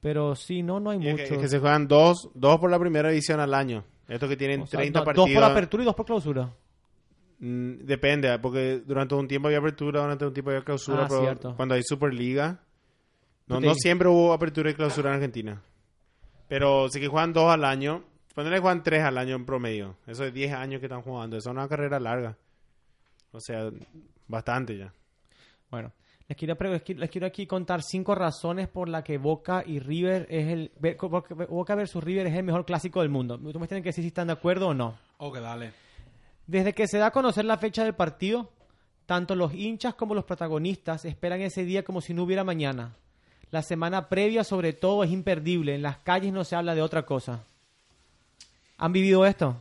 Pero sí, no, no hay
Y es
muchos.
que, es que se juegan dos, dos por la primera división al año. Estos que tienen
O sea,
30
no,
partidos.
Dos por apertura y dos por clausura.
Mm, Depende, porque durante un tiempo había apertura, durante un tiempo había clausura,
Ah,
pero
cierto.
cuando hay Superliga, no,
Sí.
no siempre hubo apertura y clausura en Argentina. Pero sí que juegan dos al año, ponele juegan tres al año en promedio. Eso es 10 años que están jugando, eso es una carrera larga. O sea, bastante ya.
Bueno, les quiero, pre- les qui- les quiero aquí contar cinco razones por las que Boca y River es el. ver- Boca Boca versus River es el mejor clásico del mundo. Ustedes me tienen que decir si están de acuerdo o no.
Ok, dale.
Desde que se da a conocer la fecha del partido, tanto los hinchas como los protagonistas esperan ese día como si no hubiera mañana. La semana previa, sobre todo, es imperdible. En las calles no se habla de otra cosa. ¿Han vivido esto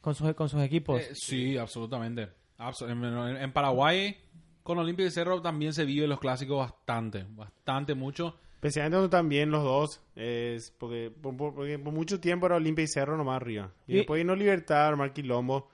con sus, con sus equipos?
Eh, sí, absolutamente. Abso- en, en- en Paraguay, con Olimpia y Cerro también se vive los clásicos bastante, bastante mucho.
Especialmente cuando también los dos, es porque por, por- porque por mucho tiempo era Olimpia y Cerro nomás arriba. Y,
Y-
después vino Libertad, armar quilombo,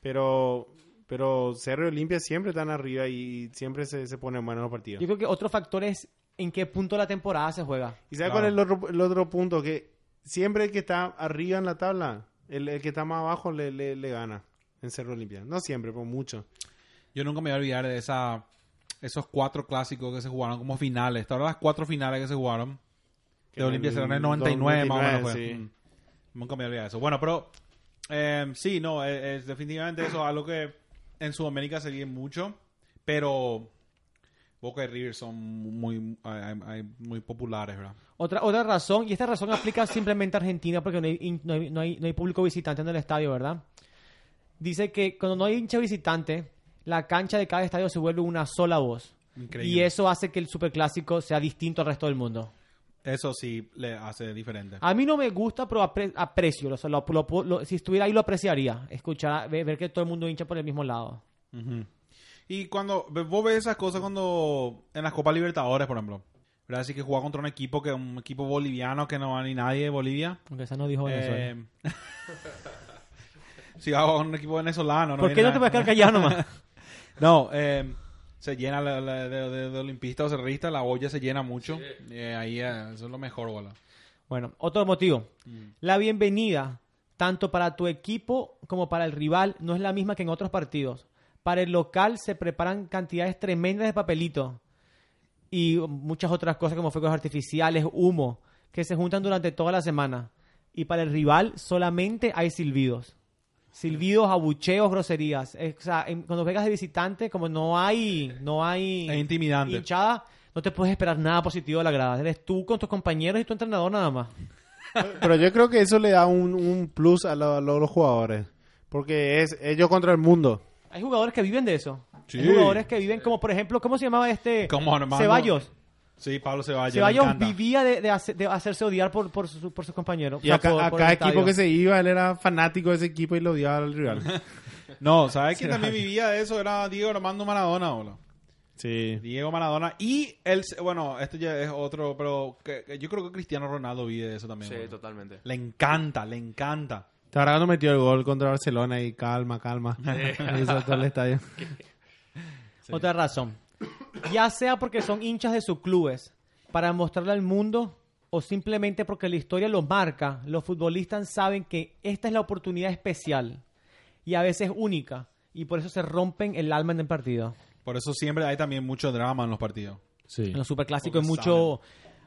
pero, pero Cerro y Olimpia siempre están arriba y siempre se, se ponen buenos los partidos.
Yo creo que otro factor es en qué punto de la temporada se juega.
¿Y
Claro.
sabes cuál es el otro, el otro punto? Que siempre el que está arriba en la tabla, el, el que está más abajo le, le- le gana en Cerro Olimpia. No siempre, pero mucho.
Yo nunca me voy a olvidar de esa, esos cuatro clásicos que se jugaron como finales. Hasta ahora las cuatro finales que se jugaron.
Que
De Olimpia
en
Cerro en el
el
99, más o menos.
99,
fue.
sí.
Mm. Nunca me voy a olvidar de eso. Bueno, pero eh, sí, no, es, es definitivamente eso es algo que en Sudamérica se vive mucho. Pero Boca y River son muy, hay- hay- muy populares, ¿verdad?
Otra, otra razón, y esta razón aplica simplemente a Argentina porque no hay, hin- no hay- no hay- no hay público visitante en el estadio, ¿verdad? Dice que cuando no hay hincha visitante, la cancha de cada estadio se vuelve una sola voz.
Increíble.
Y eso hace que el superclásico sea distinto al resto del mundo.
Eso sí le hace diferente.
A mí no me gusta, pero apre- aprecio. o sea, lo- lo- lo- si estuviera ahí lo apreciaría. Escuchar, ver, ver que todo el mundo hincha por el mismo lado.
Ujú. Y cuando ve- vos ves esas cosas cuando en las Copas Libertadores, por ejemplo, ¿verdad? Así que jugaba contra un equipo que un equipo boliviano que no va ni nadie de Bolivia.
Aunque esa no dijo Venezuela.
Eh, si va con un equipo venezolano,
¿Por
viene
qué no te
nadie.
vas a quedar callado nomás?
No, eh, se llena la- la- de, de- de olimpistas o cerristas, la olla se llena mucho. Eh, ahí eh, eso es lo mejor, bola.
Bueno, otro motivo. La bienvenida, tanto para tu equipo como para el rival, no es la misma que en otros partidos. Para el local se preparan cantidades tremendas de papelito y muchas otras cosas como fuegos artificiales, humo, que se juntan durante toda la semana. Y para el rival solamente hay silbidos. Silbidos, abucheos, groserías. Es- o sea, en- cuando juegas de visitante, como no hay, no hay
Es intimidante.
hinchada, no te puedes esperar nada positivo de la grada. Eres tú con tus compañeros y tu entrenador nada más.
Pero yo creo que eso le da un, un plus a, lo- a lo- los jugadores. Porque es ellos contra el mundo.
Hay jugadores que viven de eso.
Sí.
Hay jugadores que viven como, por ejemplo, ¿cómo se llamaba este?
Como hermano.
Ceballos.
Sí, Pablo Ceballos. me
Ceballos
encanta.
vivía de, de hace- de hacerse odiar por, por, su- por sus compañeros.
Y
O sea,
a, ca-
por-
a
por el
cada equipo
estadio.
que se iba, él era fanático de ese equipo y lo odiaba al rival.
No, ¿sabes quién también vivía de eso? Era Diego Armando Maradona, boludo.
Sí.
Diego Maradona y el bueno, este ya es otro, pero que- que yo creo que Cristiano Ronaldo vive de eso también.
Sí,
boludo.
totalmente.
Le encanta, le encanta.
Ahora cuando metió el gol contra Barcelona y calma, calma. Y saltó al estadio.
Otra razón. Ya sea porque son hinchas de sus clubes, para mostrarle al mundo, o simplemente porque la historia los marca, los futbolistas saben que esta es la oportunidad especial y a veces única, y por eso se rompen el alma en el partido.
Por eso siempre hay también mucho drama en los partidos.
Sí.
En los superclásicos hay
Porque
mucho,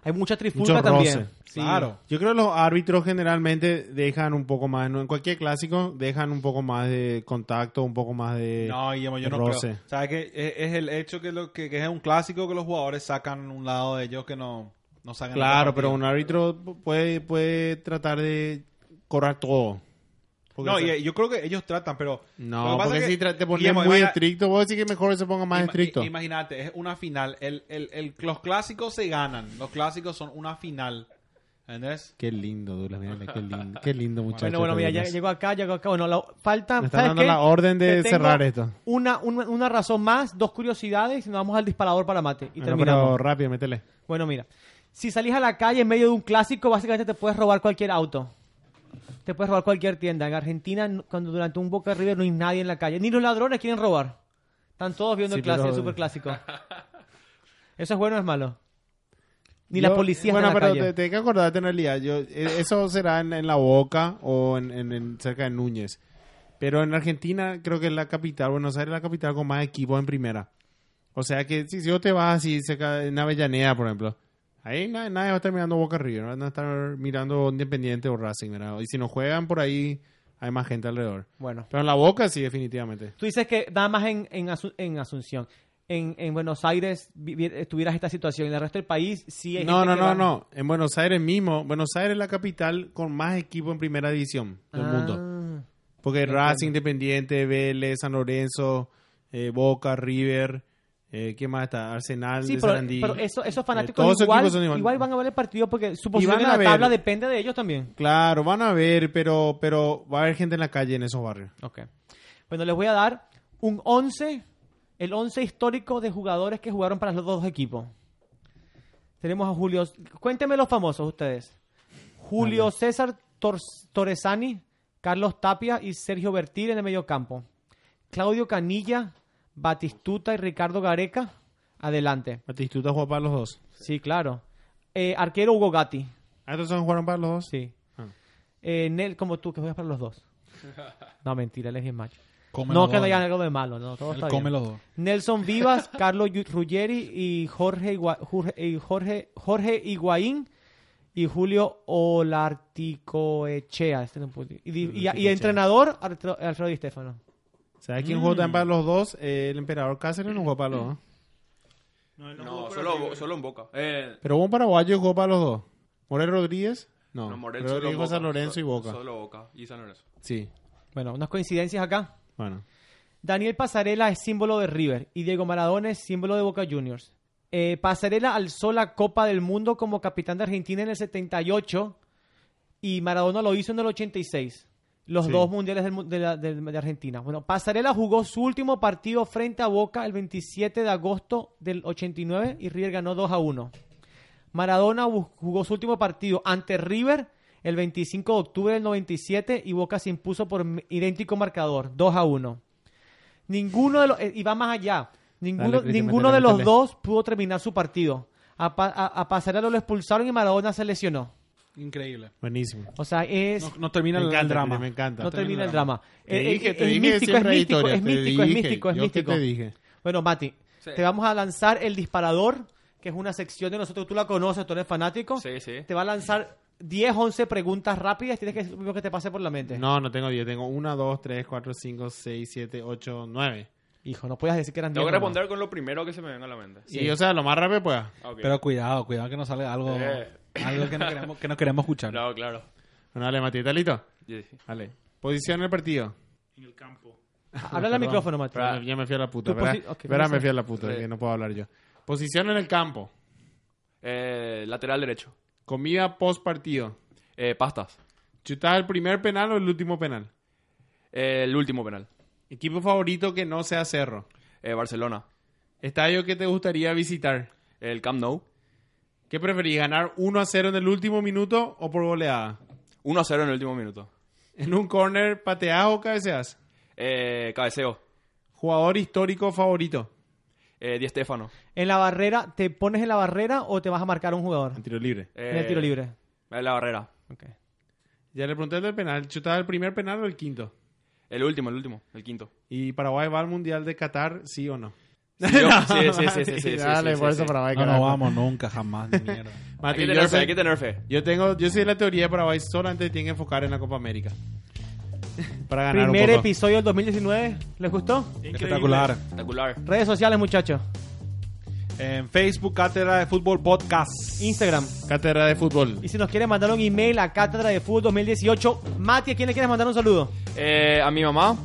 hay mucha trifulca
Mucho roce.
también. Sí.
Claro.
Yo creo que los árbitros generalmente dejan un poco más, ¿no? en cualquier clásico, dejan un poco más de contacto, un poco más de...
No, Guillermo, yo no
roce.
creo. ¿Sabes qué? E, Es, es el hecho que, lo, que, que es un clásico que los jugadores sacan un lado de ellos que no, no sacan. el
Claro,
partido.
pero un árbitro puede, puede tratar de correr todo. Porque
No,
esa-
y, yo creo que ellos tratan, pero... lo
No,
que pasa
porque
es que-
si tra- te pones
Guillermo,
muy
imagina-
estricto, vos decís que mejor se ponga más
Ima-
estricto.
i- Imagínate, es una final. El, el, el- los clásicos se ganan. Los clásicos son una final. ¿Entendés?
Qué lindo, Douglas, mírale, qué lindo, qué lindo muchacho.
Bueno, bueno, mira,
este
ya
Douglas.
llegó acá, llegó acá. Bueno, la- falta.
Me están
¿sabes
dando
qué?
la orden de
Te tengo
cerrar esto.
Una, una, una razón más, dos curiosidades, y nos vamos al disparador para mate. Y
Bueno,
terminamos.
pero rápido, métele.
Bueno, mira. Si salís a la calle en medio de un clásico, básicamente te puedes robar cualquier auto. Te puedes robar cualquier tienda. En Argentina, n- cuando durante un Boca River no hay nadie en la calle. Ni los ladrones quieren robar. Están todos viendo
Sí,
el, clásico,
pero-
el superclásico. ¿Eso es bueno o es malo? Ni
Yo-
la policía
Bueno,
está en la
pero
calle.
te, te hay que acordarte en realidad. Yo, e- eso será en, en La Boca o en, en- en cerca de Núñez. Pero en Argentina creo que es la capital, Buenos Aires es la capital con más equipos en primera. O sea que si, si vos te vas así cerca en Avellaneda, por ejemplo, ahí na- nadie, va a estar mirando Boca River, van a estar mirando Independiente o Racing, ¿verdad? Y si no juegan por ahí, hay más gente alrededor.
Bueno.
Pero en La Boca sí, definitivamente.
Tú dices que nada más en, en, Asu- en Asunción, en, en Buenos Aires vi- vi- eh, tuvieras esta situación. En el resto del país sí hay
No,
gente
no,
que
no,
va-
no. En Buenos Aires mismo, Buenos Aires es la capital con más equipos en primera división del
Ah.
mundo. Porque Racing, Independiente, Vélez, San Lorenzo, eh, Boca, River, eh, ¿qué más está? Arsenal,
Sí,
de
pero,
Sarandí.
pero eso- esos
Eh, todos
fanáticos
esos
igual,
equipos son igual.
igual van a ver el partido porque su
van
posición en
a
la
ver.
tabla depende de ellos también.
Claro, van a ver, pero, pero va a haber gente en la calle en esos barrios.
Ok. Bueno, les voy a dar un 11, el 11 histórico de jugadores que jugaron para los dos equipos. Tenemos a Julio, cuéntenme los famosos ustedes. Julio César Tor- Torresani, Carlos Tapia y Sergio Bertil en el medio campo. Claudio Canilla, Batistuta y Ricardo Gareca, adelante.
Batistuta jugó para los dos.
Sí, claro. Eh, arquero Hugo Gatti,
¿Ah, estos son jugaron para los dos?
sí.
Ah.
Eh, Nel, como tú, que juegas para los dos. No, mentira, él es bien macho.
Come
no
los
que
dos.
no haya algo de malo, no, todo
Él
está
come
bien.
los dos.
Nelson Vivas, Carlos Yu- Ruggeri y Jorge, Igua- Jorge, y Jorge, Jorge Higuaín y Julio Olarticoechea. Este no pude- y, di- y- y
Olarticoechea.
entrenador Alfredo Alfredo Di Stefano.
¿Sabes quién
Mm.
jugó también para los dos? Eh, el emperador Cáceres no jugó para los dos.
No, él no jugó
No,
por
solo,
River.
bo- solo en Boca. Eh,
Pero hubo un paraguayo que jugó para los dos. Morel Rodríguez. No,
no, Morel
Pero
solo
dijo
Boca.
San Lorenzo y
So-
Boca.
Solo Boca y San Lorenzo.
Sí,
Bueno, unas coincidencias acá.
bueno.
Daniel Pasarela es símbolo de River y Diego Maradona es símbolo de Boca Juniors. Eh, Pasarela alzó la Copa del Mundo como capitán de Argentina en el 78 y Maradona lo hizo en el 86. Los
Sí.
dos mundiales del mu- de, la- del- de Argentina. Bueno, Pasarela jugó su último partido frente a Boca el 27 de agosto del 89 y River ganó 2 a 1. Maradona bu- jugó su último partido ante River el 25 de octubre del 97 y Boca se impuso por m- idéntico marcador, 2 a 1. Ninguno de los, eh, y va más allá, ninguno,
Dale, Cristian,
ninguno de
métele,
los
métele.
dos pudo terminar su partido. A, pa- a- a Pasarela lo expulsaron y Maradona se lesionó.
Increíble.
Buenísimo.
O sea, es...
No, no termina
Me
el- el
encanta,
drama.
Cris, me encanta.
No termina el drama.
Te
Eh,
dije,
eh,
te
es
dije que
místico, es
siempre hay
místico,
historia,
es
te
místico, es
dije,
místico, es
yo que
místico.
te dije.
Bueno, Mati,
Sí.
te vamos a lanzar el disparador, que es una sección de nosotros, tú la conoces, tú eres fanático.
Sí, sí.
Te va a lanzar 10, 11 preguntas rápidas, tienes que decir lo primero que te pase por la mente.
No, no tengo 10. Tengo 1, 2, 3, 4, 5, 6, 7, 8, 9.
Hijo, no puedes decir que eran 10.
Tengo que
nomás.
responder con lo primero que se me venga a la mente.
Y, o sea, lo más rápido pues, pueda.
Ah, ok.
Pero cuidado, cuidado que no salga algo.
Eh,
Algo que no queremos, que no queremos escuchar.
Claro, claro.
Bueno, dale, Mati, ¿estás listo?
Sí.
Dale. Posición del partido.
en el campo.
Habla al
Perdón.
micrófono, Mati.
Pero ya me fui a la puta,
Tu
¿verdad?
posi- ok,
¿Verdad?
no sé.
Me fui a la puta,
Sí.
que no puedo hablar yo. Posición en el campo.
Eh, lateral derecho.
Comida post partido.
Eh, pastas.
¿Chutás el primer penal o el último penal?
Eh, el último penal.
Equipo favorito que no sea Cerro.
Eh, Barcelona.
Estadio que te gustaría visitar.
El Camp Nou.
¿Qué preferís, ganar 1 a 0 en el último minuto o por goleada?
1 a 0 en el último minuto.
¿En un corner pateás o cabeceas?
Eh, cabeceo.
¿Jugador histórico favorito?
Eh, Di Stefano.
En la barrera, ¿te pones en la barrera o te vas a marcar a un jugador?
En tiro libre.
Eh,
en el tiro libre.
eh, la barrera.
Ok.
Ya le pregunté el del penal. ¿Chutás el primer penal o el quinto?
El último, el último. El quinto.
¿Y Paraguay va al Mundial de Qatar, sí o no?
Sí, yo- sí, sí, sí, sí, sí, sí,
Dale,
sí, sí,
por eso
sí.
Paraguay,
No, no
carajo.
vamos nunca, jamás, ni mierda.
Hay
Mati,
que
yo,
tener fe,
sé-
hay que tener fe.
yo tengo, yo soy de la teoría de Paraguay solamente tiene que enfocar en la Copa América. Para ganar un
Primer
poco.
episodio del 2019. ¿Les gustó?
Espectacular.
Espectacular.
Redes sociales, muchachos.
En Facebook, Cátedra de Fútbol Podcast.
Instagram.
Cátedra de fútbol.
Y si nos quieren mandar un email a cátedra de fútbol 2018. Mati, ¿a quién le quieres mandar un saludo?
Eh, a mi mamá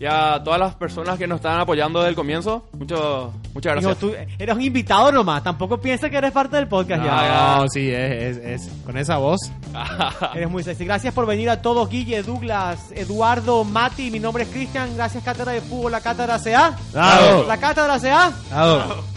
y a todas las personas que nos están apoyando desde el comienzo. Mucho, muchas
Hijo,
gracias.
tú eres un invitado nomás. Tampoco piensa que eres parte del podcast
Ah,
ya.
No, sí, es, es, es. Con esa voz.
Eres muy sexy. Gracias por venir a todos, Guille, Douglas, Eduardo, Mati. Mi nombre es Cristian. Gracias, Cátedra de Fútbol, la Cátedra CA.
Dado.
La Cátedra CA.
Dado.